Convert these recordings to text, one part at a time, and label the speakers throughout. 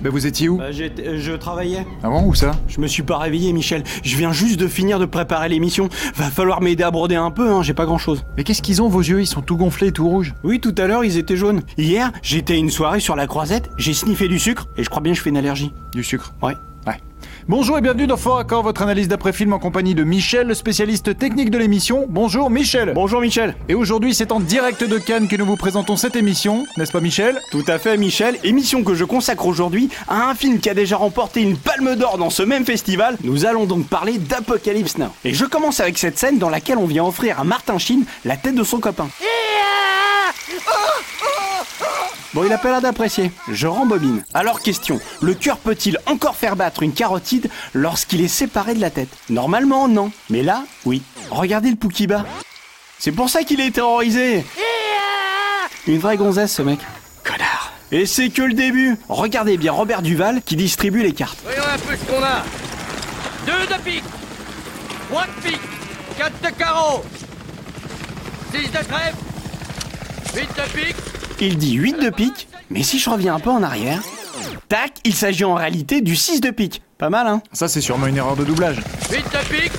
Speaker 1: Ben vous étiez où
Speaker 2: Euh, j'étais- euh, je travaillais.
Speaker 1: Ah bon, où ça
Speaker 2: Je me suis pas réveillé, Michel. Je viens juste de finir de préparer l'émission. Va falloir m'aider à broder un peu, hein, j'ai pas grand chose.
Speaker 1: Mais qu'est-ce qu'ils ont vos yeux Ils sont tout gonflés et tout rouges.
Speaker 2: Oui, tout à l'heure, ils étaient jaunes. Hier, j'étais à une soirée sur la croisette, j'ai sniffé du sucre et je crois bien que je fais une allergie.
Speaker 1: Du sucre.
Speaker 2: Ouais.
Speaker 1: Ouais. Bonjour et bienvenue dans Fort Accord, votre analyse d'après-film en compagnie de Michel, le spécialiste technique de l'émission. Bonjour Michel
Speaker 2: Bonjour, Michel.
Speaker 1: Et aujourd'hui, c'est en direct de Cannes que nous vous présentons cette émission, n'est-ce pas Michel
Speaker 2: Tout à fait, Michel. Émission que je consacre aujourd'hui à un film qui a déjà remporté une palme d'or dans ce même festival. Nous allons donc parler d'Apocalypse Now. Et je commence avec cette scène dans laquelle on vient offrir à Martin Sheen la tête de son copain. Bon, il a pas l'air d'apprécier. Je rembobine. Alors, question. Le cœur peut-il encore faire battre une carotide lorsqu'il est séparé de la tête Normalement, non. Mais là, oui. Regardez le Poukiba. C'est pour ça qu'il est terrorisé. Une vraie gonzesse, ce mec. Connard. Et c'est que le début. Regardez bien Robert Duval qui distribue les cartes.
Speaker 3: Voyons un peu ce qu'on a. Deux de pique, trois de pique, quatre de carreau, six de trèfle, huit de pique.
Speaker 2: Il dit 8 de pique, mais si je reviens un peu en arrière... Tac, il s'agit en réalité du 6 de pique. Pas mal, hein
Speaker 1: Ça, c'est sûrement une erreur de doublage.
Speaker 3: 8 de pique.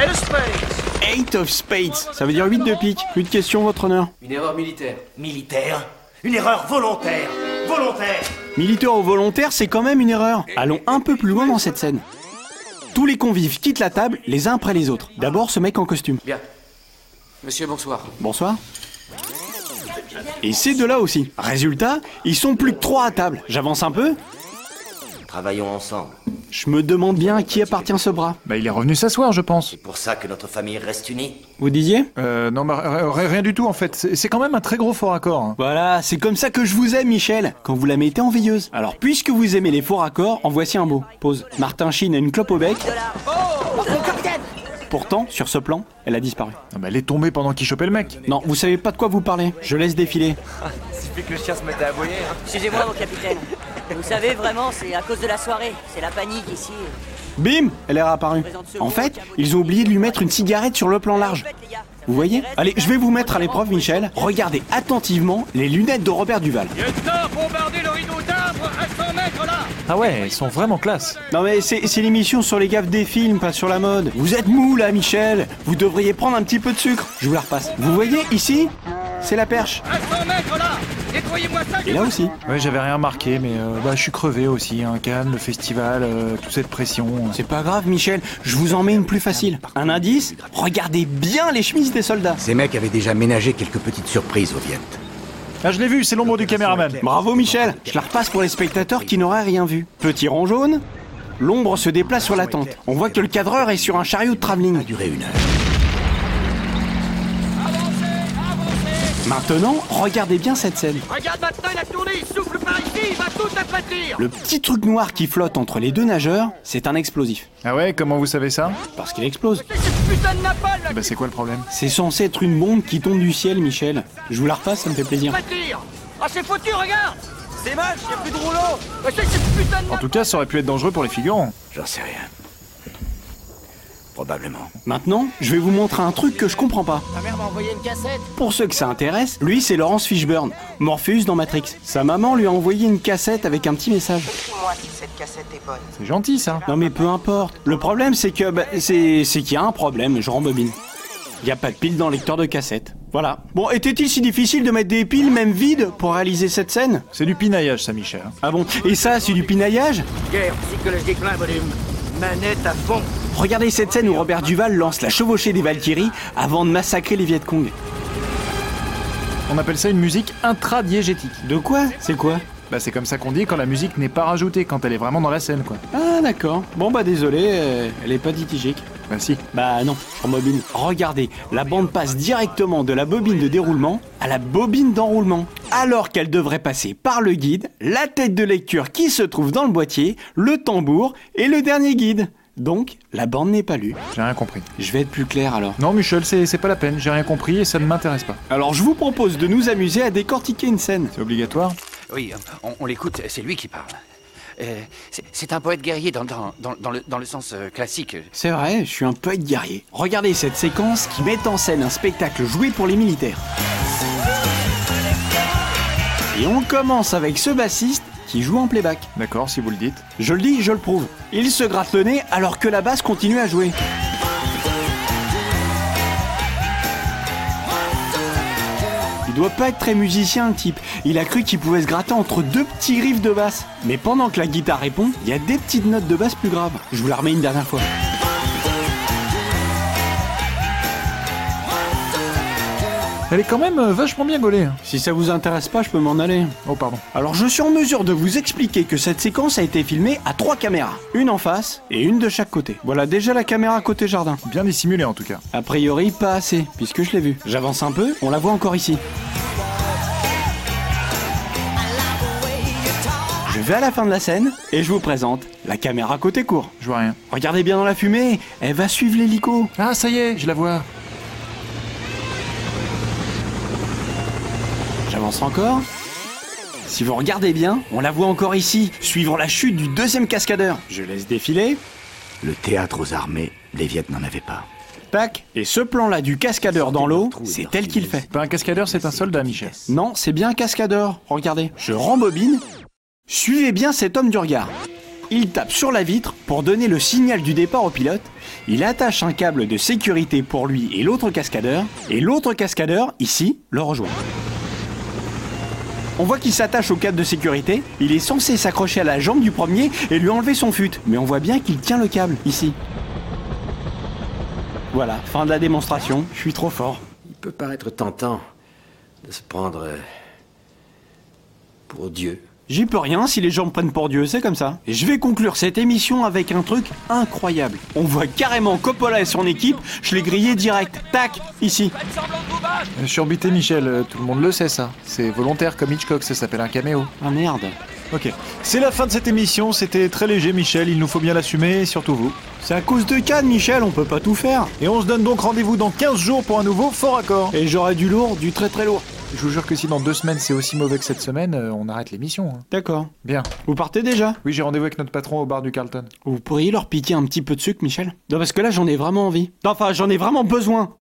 Speaker 3: Et le space.
Speaker 2: 8 of spades, ça veut dire 8 de pique. Plus de questions, votre honneur.
Speaker 3: Une erreur militaire.
Speaker 4: Militaire Une erreur volontaire Volontaire
Speaker 2: Militaire ou volontaire, c'est quand même une erreur. Allons un peu plus loin dans cette scène. Tous les convives quittent la table, les uns après les autres. D'abord ce mec en costume.
Speaker 3: Bien. Monsieur, bonsoir.
Speaker 2: Bonsoir. Et c'est de là aussi. Résultat, ils sont plus que trois à table. J'avance un peu.
Speaker 4: Travaillons ensemble.
Speaker 2: Je me demande bien à qui appartient ce bras.
Speaker 1: Bah, il est revenu s'asseoir, je pense.
Speaker 4: C'est pour ça que notre famille reste unie.
Speaker 2: Vous disiez
Speaker 1: Euh, non, bah, r- r- rien du tout en fait. C'est c'est quand même un très gros fort accord. hein.
Speaker 2: Voilà, c'est comme ça que je vous aime, Michel, quand vous la mettez en veilleuse. Alors, puisque vous aimez les faux raccords, en voici un mot. Pause. Martin Sheen a une clope au bec. Pourtant, sur ce plan, elle a disparu.
Speaker 1: Ah, bah, elle est tombée pendant qu'il chopait le mec.
Speaker 2: Non, vous savez pas de quoi vous parlez. Je laisse défiler.
Speaker 5: Excusez-moi, mon capitaine. Vous savez, vraiment, c'est à cause de la soirée. C'est la panique ici.
Speaker 2: Bim Elle est réapparue. En fait, ils ont oublié de lui mettre une cigarette sur le plan large. Vous voyez Allez, je vais vous mettre à l'épreuve, Michel. Regardez attentivement les lunettes de Robert Duval.
Speaker 3: Lieutenant, bombardez le rideau d'arbre à 100 mètres là.
Speaker 6: Ah ouais, ils sont vraiment classe.
Speaker 2: Non mais c'est c'est l'émission sur les gaffes des films, pas sur la mode. Vous êtes mou là, Michel. Vous devriez prendre un petit peu de sucre. Je vous la repasse. Vous voyez ici C'est la perche.
Speaker 3: À 100 mètres là. Nettoyez-moi ça.
Speaker 2: Et là aussi.
Speaker 1: Ouais, j'avais rien marqué, mais euh, bah, je suis crevé aussi. Hein. Cannes, le festival, euh, toute cette pression.
Speaker 2: C'est pas grave, Michel. Je vous en mets une plus facile. Un indice Regardez bien les chemises des soldats.
Speaker 7: Ces mecs avaient déjà ménagé quelques petites surprises au Viet.
Speaker 1: Ah, je l'ai vu, c'est l'ombre du caméraman.
Speaker 2: Bravo Michel Je la repasse pour les spectateurs qui n'auraient rien vu. Petit rond jaune, l'ombre se déplace sur la tente. On voit que le cadreur est sur un chariot de travelling.
Speaker 7: Duré une heure.
Speaker 2: Maintenant, regardez bien cette scène.
Speaker 3: Regarde maintenant, il a tourné, il souffle par ici, il va tout aplatir.
Speaker 2: Le petit truc noir qui flotte entre les deux nageurs, c'est un explosif.
Speaker 1: Ah ouais, comment vous savez ça
Speaker 2: Parce qu'il explose.
Speaker 3: C'est cette putain de napalm là.
Speaker 1: Bah, c'est quoi le problème
Speaker 2: C'est censé être une bombe qui tombe du ciel, Michel. Je vous la repasse, ça me fait plaisir.
Speaker 3: Aplatir. Ah, c'est foutu, regarde. C'est moche, y a plus de rouleau. Bah, C'est cette putain
Speaker 2: Oh,
Speaker 3: de
Speaker 1: En tout cas, ça aurait pu être dangereux pour les figurants.
Speaker 7: J'en sais rien. Probablement.
Speaker 2: Maintenant, je vais vous montrer un truc que je comprends pas.
Speaker 3: Ma mère m'a envoyé une cassette.
Speaker 2: Pour ceux que ça intéresse, lui c'est Laurence Fishburne, Morpheus dans Matrix. Sa maman lui a envoyé une cassette avec un petit message.
Speaker 8: Dis-moi si cette cassette est bonne.
Speaker 1: C'est gentil ça.
Speaker 2: Non mais peu importe. Le problème c'est que bah, c'est c'est qu'il y a un problème, je rembobine. Il y a pas de pile dans le lecteur de cassette. Voilà. Bon, était-il si difficile de mettre des piles même vides pour réaliser cette scène
Speaker 1: C'est du pinaillage, ça, Michel. hein.
Speaker 2: Ah bon Et ça, c'est du pinaillage
Speaker 3: Guerre psychologique plein volume. Manette à fond.
Speaker 2: Regardez cette scène où Robert Duval lance la chevauchée des Valkyries avant de massacrer les Viet Cong.
Speaker 1: On appelle ça une musique intradiégétique.
Speaker 2: De quoi C'est quoi
Speaker 1: Bah, c'est comme ça qu'on dit quand la musique n'est pas rajoutée, quand elle est vraiment dans la scène, quoi.
Speaker 2: Ah d'accord. Bon bah désolé, euh, elle est pas ditigique.
Speaker 1: Bah, si.
Speaker 2: Bah non, en bobine. Regardez, la bande passe directement de la bobine de déroulement à la bobine d'enroulement. Alors qu'elle devrait passer par le guide, la tête de lecture qui se trouve dans le boîtier, le tambour et le dernier guide. Donc, la bande n'est pas lue.
Speaker 1: J'ai rien compris.
Speaker 2: Je vais être plus clair alors.
Speaker 1: Non, Michel, c'est c'est pas la peine, j'ai rien compris et ça ne m'intéresse pas.
Speaker 2: Alors, je vous propose de nous amuser à décortiquer une scène.
Speaker 1: C'est obligatoire
Speaker 9: Oui, on, on l'écoute, c'est lui qui parle. Euh, c'est- c'est un poète guerrier dans, dans- dans- dans le, dans le sens euh, classique.
Speaker 2: C'est vrai, je suis un poète guerrier. Regardez cette séquence qui met en scène un spectacle joué pour les militaires. Et on commence avec ce bassiste qui joue en playback.
Speaker 1: D'accord, si vous le dites.
Speaker 2: Je le dis, je le prouve. Il se gratte le nez alors que la basse continue à jouer. Il doit pas être très musicien le type. Il a cru qu'il pouvait se gratter entre deux petits riffs de basse. Mais pendant que la guitare répond, il y a des petites notes de basse plus graves. Je vous la remets une dernière fois.
Speaker 1: Elle est quand même euh, vachement bien gaulée. hein.
Speaker 2: Si ça vous intéresse pas, je peux m'en aller.
Speaker 1: Oh, pardon.
Speaker 2: Alors je suis en mesure de vous expliquer que cette séquence a été filmée à trois caméras. Une en face et une de chaque côté. Voilà déjà la caméra à côté jardin.
Speaker 1: Bien dissimulée en tout cas.
Speaker 2: A priori, pas assez, puisque je l'ai vu. J'avance un peu, on la voit encore ici. Je vais à la fin de la scène et je vous présente la caméra côté court.
Speaker 1: Je vois rien.
Speaker 2: Regardez bien dans la fumée, elle va suivre l'hélico.
Speaker 6: Ah, ça y est, je la vois.
Speaker 2: J'avance encore. Si vous regardez bien, on la voit encore ici, suivant la chute du deuxième cascadeur. Je laisse défiler.
Speaker 7: Le théâtre aux armées, les Viettes n'en avaient pas.
Speaker 2: Tac. Et ce plan-là du cascadeur dans l'eau, c'est tel qu'il fait.
Speaker 1: Pas un cascadeur, c'est un soldat, Michel.
Speaker 2: Non, c'est bien un cascadeur. Regardez, je rembobine. Suivez bien cet homme du regard. Il tape sur la vitre pour donner le signal du départ au pilote. Il attache un câble de sécurité pour lui et l'autre cascadeur. Et l'autre cascadeur, ici, le rejoint. On voit qu'il s'attache au câble de sécurité. Il est censé s'accrocher à la jambe du premier et lui enlever son fut. Mais on voit bien qu'il tient le câble, ici. Voilà, fin de la démonstration. Je suis trop fort.
Speaker 7: Il peut paraître tentant de se prendre euh, pour Dieu.
Speaker 2: J'y peux rien si les gens me prennent pour Dieu, c'est comme ça. Et je vais conclure cette émission avec un truc incroyable. On voit carrément Coppola et son équipe, je l'ai grillé direct. Tac, ici.
Speaker 3: Faites semblant de vous battre
Speaker 6: Euh, Surbité, Michel, euh, tout le monde le sait, ça. C'est volontaire comme Hitchcock, ça s'appelle un caméo.
Speaker 2: Ah merde.
Speaker 1: Ok. C'est la fin de cette émission, c'était très léger, Michel, il nous faut bien l'assumer, et surtout vous.
Speaker 2: C'est à cause de Cannes, Michel, on peut pas tout faire.
Speaker 1: Et on se donne donc rendez-vous dans 15 jours pour un nouveau Fort Accord.
Speaker 2: Et j'aurai du lourd, du très très lourd.
Speaker 6: Je vous jure que si dans deux semaines c'est aussi mauvais que cette semaine, euh, on arrête l'émission. hein.
Speaker 2: D'accord.
Speaker 6: Bien.
Speaker 2: Vous partez déjà
Speaker 6: Oui, j'ai rendez-vous avec notre patron au bar du Carlton.
Speaker 2: Vous pourriez leur piquer un petit peu de sucre, Michel Non, parce que là, j'en ai vraiment envie. Enfin, j'en ai vraiment besoin.